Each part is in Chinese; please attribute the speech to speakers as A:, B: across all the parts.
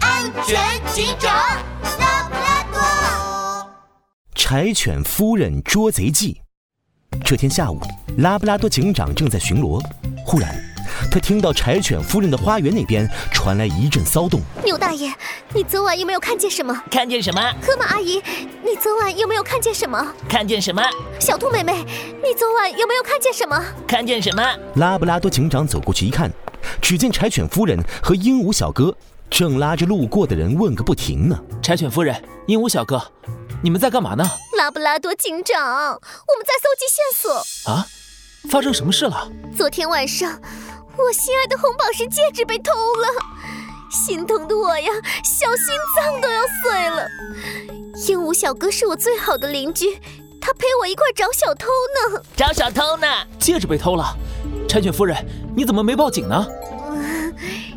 A: 全警长拉布拉多。
B: 柴犬夫人捉贼记。这天下午，拉布拉多警长正在巡逻，忽然，他听到柴犬夫人的花园那边传来一阵骚动。
C: 牛大爷，你昨晚有没有看见什么？
D: 看见什么？
C: 河马阿姨，你昨晚有没有看见什么？
D: 看见什么？
C: 小兔妹妹，你昨晚有没有看见什么？
D: 看见什么？
B: 拉布拉多警长走过去一看，只见柴犬夫人和鹦鹉小哥正拉着路过的人问个不停呢。
E: 柴犬夫人、鹦鹉小哥，你们在干嘛呢？
C: 拉布拉多警长，我们在搜集线索。
E: 啊，发生什么事了？
C: 昨天晚上，我心爱的红宝石戒指被偷了，心疼的我呀，小心脏都要碎了。鹦鹉小哥是我最好的邻居，他陪我一块找小偷呢。
D: 找小偷呢？
E: 戒指被偷了，柴犬夫人，你怎么没报警呢？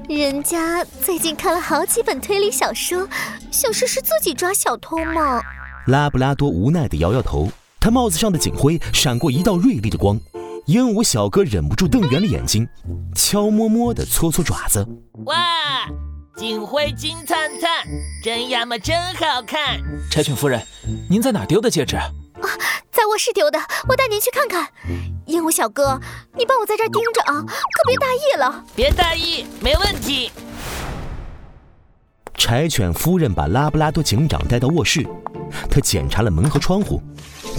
C: 人家最近看了好几本推理小说，想试试自己抓小偷嘛。
B: 拉布拉多无奈地摇摇头，他帽子上的警徽闪过一道锐利的光。鹦鹉小哥忍不住瞪圆了眼睛，悄摸摸地搓搓爪子。
D: 哇，警徽金灿灿，真呀么真好看。
E: 柴犬夫人，您在哪丢的戒指？
C: 在卧室丢的，我带您去看看。鹦鹉小哥，你帮我在这儿盯着啊，可别大意了。
D: 别大意，没问题。
B: 柴犬夫人把拉布拉多警长带到卧室，她检查了门和窗户，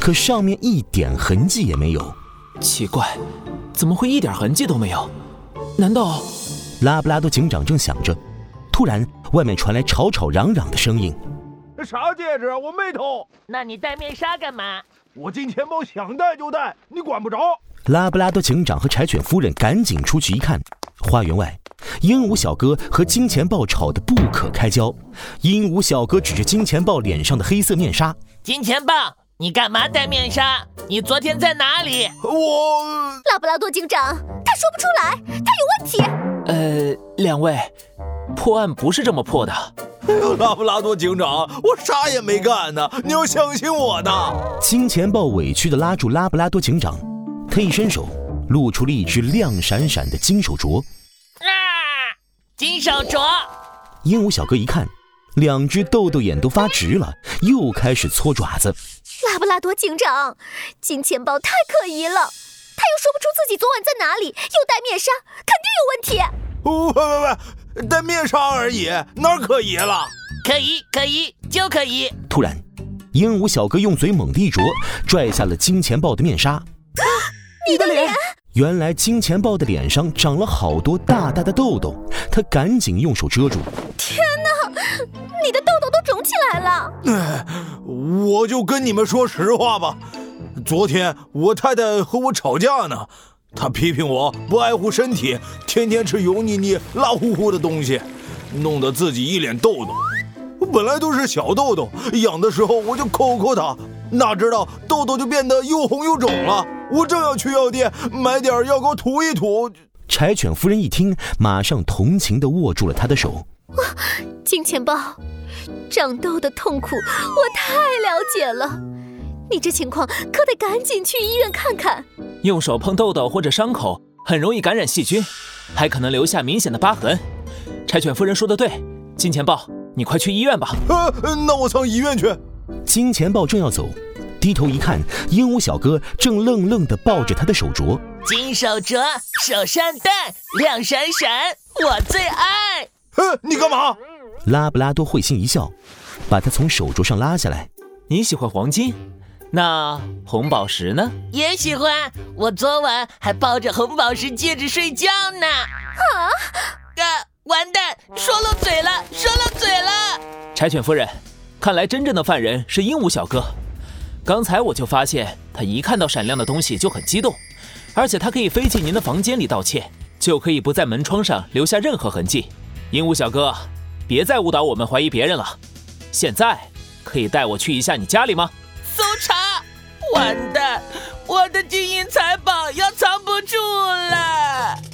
B: 可上面一点痕迹也没有。
E: 奇怪，怎么会一点痕迹都没有？难道……
B: 拉布拉多警长正想着，突然外面传来吵吵嚷嚷的声音。
F: 啥戒指啊？我没偷，
D: 那你戴面纱干嘛？
F: 我进钱包想戴就戴，你管不着。
B: 拉布拉多警长和柴犬夫人赶紧出去一看，花园外，鹦鹉小哥和金钱豹吵得不可开交。鹦鹉小哥指着金钱豹脸上的黑色面纱，
D: 金钱豹，你干嘛戴面纱？你昨天在哪里？
F: 我
C: 拉布拉多警长，他说不出来，他有问题。
E: 呃，两位，破案不是这么破的。
G: 拉布拉多警长，我啥也没干呢，你要相信我的。
B: 金钱豹委屈地拉住拉布拉多警长，他一伸手，露出了一只亮闪闪的金手镯。
D: 啊，金手镯，
B: 鹦鹉小哥一看，两只豆豆眼都发直了，又开始搓爪子。
C: 拉布拉多警长，金钱豹太可疑了，他又说不出自己昨晚在哪里，又戴面纱，肯定有问题。
G: 喂喂喂，戴面纱而已，哪儿可疑了？
D: 可疑，可疑，就可疑。
B: 突然，鹦鹉小哥用嘴猛地一啄，拽下了金钱豹的面纱。
C: 你的脸，
B: 原来金钱豹的脸上长了好多大大的痘痘，他赶紧用手遮住。
C: 你的痘痘都肿起来了。
G: 我就跟你们说实话吧，昨天我太太和我吵架呢，她批评我不爱护身体，天天吃油腻腻、辣乎乎的东西，弄得自己一脸痘痘。本来都是小痘痘，痒的时候我就抠抠它，哪知道痘痘就变得又红又肿了。我正要去药店买点药膏涂一涂，
B: 柴犬夫人一听，马上同情地握住了他的手。
C: 金钱豹，长痘的痛苦我太了解了。你这情况可得赶紧去医院看看。
E: 用手碰痘痘或者伤口，很容易感染细菌，还可能留下明显的疤痕。柴犬夫人说的对，金钱豹，你快去医院吧。
G: 啊，那我上医院去。
B: 金钱豹正要走，低头一看，鹦鹉小哥正愣愣地抱着他的手镯。
D: 金手镯，手上戴，亮闪闪，我最爱。
G: 呃，你干嘛？
B: 拉布拉多会心一笑，把他从手镯上拉下来。
E: 你喜欢黄金，那红宝石呢？
D: 也喜欢，我昨晚还抱着红宝石戒指睡觉呢。啊！啊！完蛋，说漏嘴了，说漏嘴了。
E: 柴犬夫人，看来真正的犯人是鹦鹉小哥。刚才我就发现，他一看到闪亮的东西就很激动，而且他可以飞进您的房间里盗窃，就可以不在门窗上留下任何痕迹。鹦鹉小哥，别再误导我们怀疑别人了。现在可以带我去一下你家里吗？
D: 搜查！完蛋，我的金银财宝要藏不住了。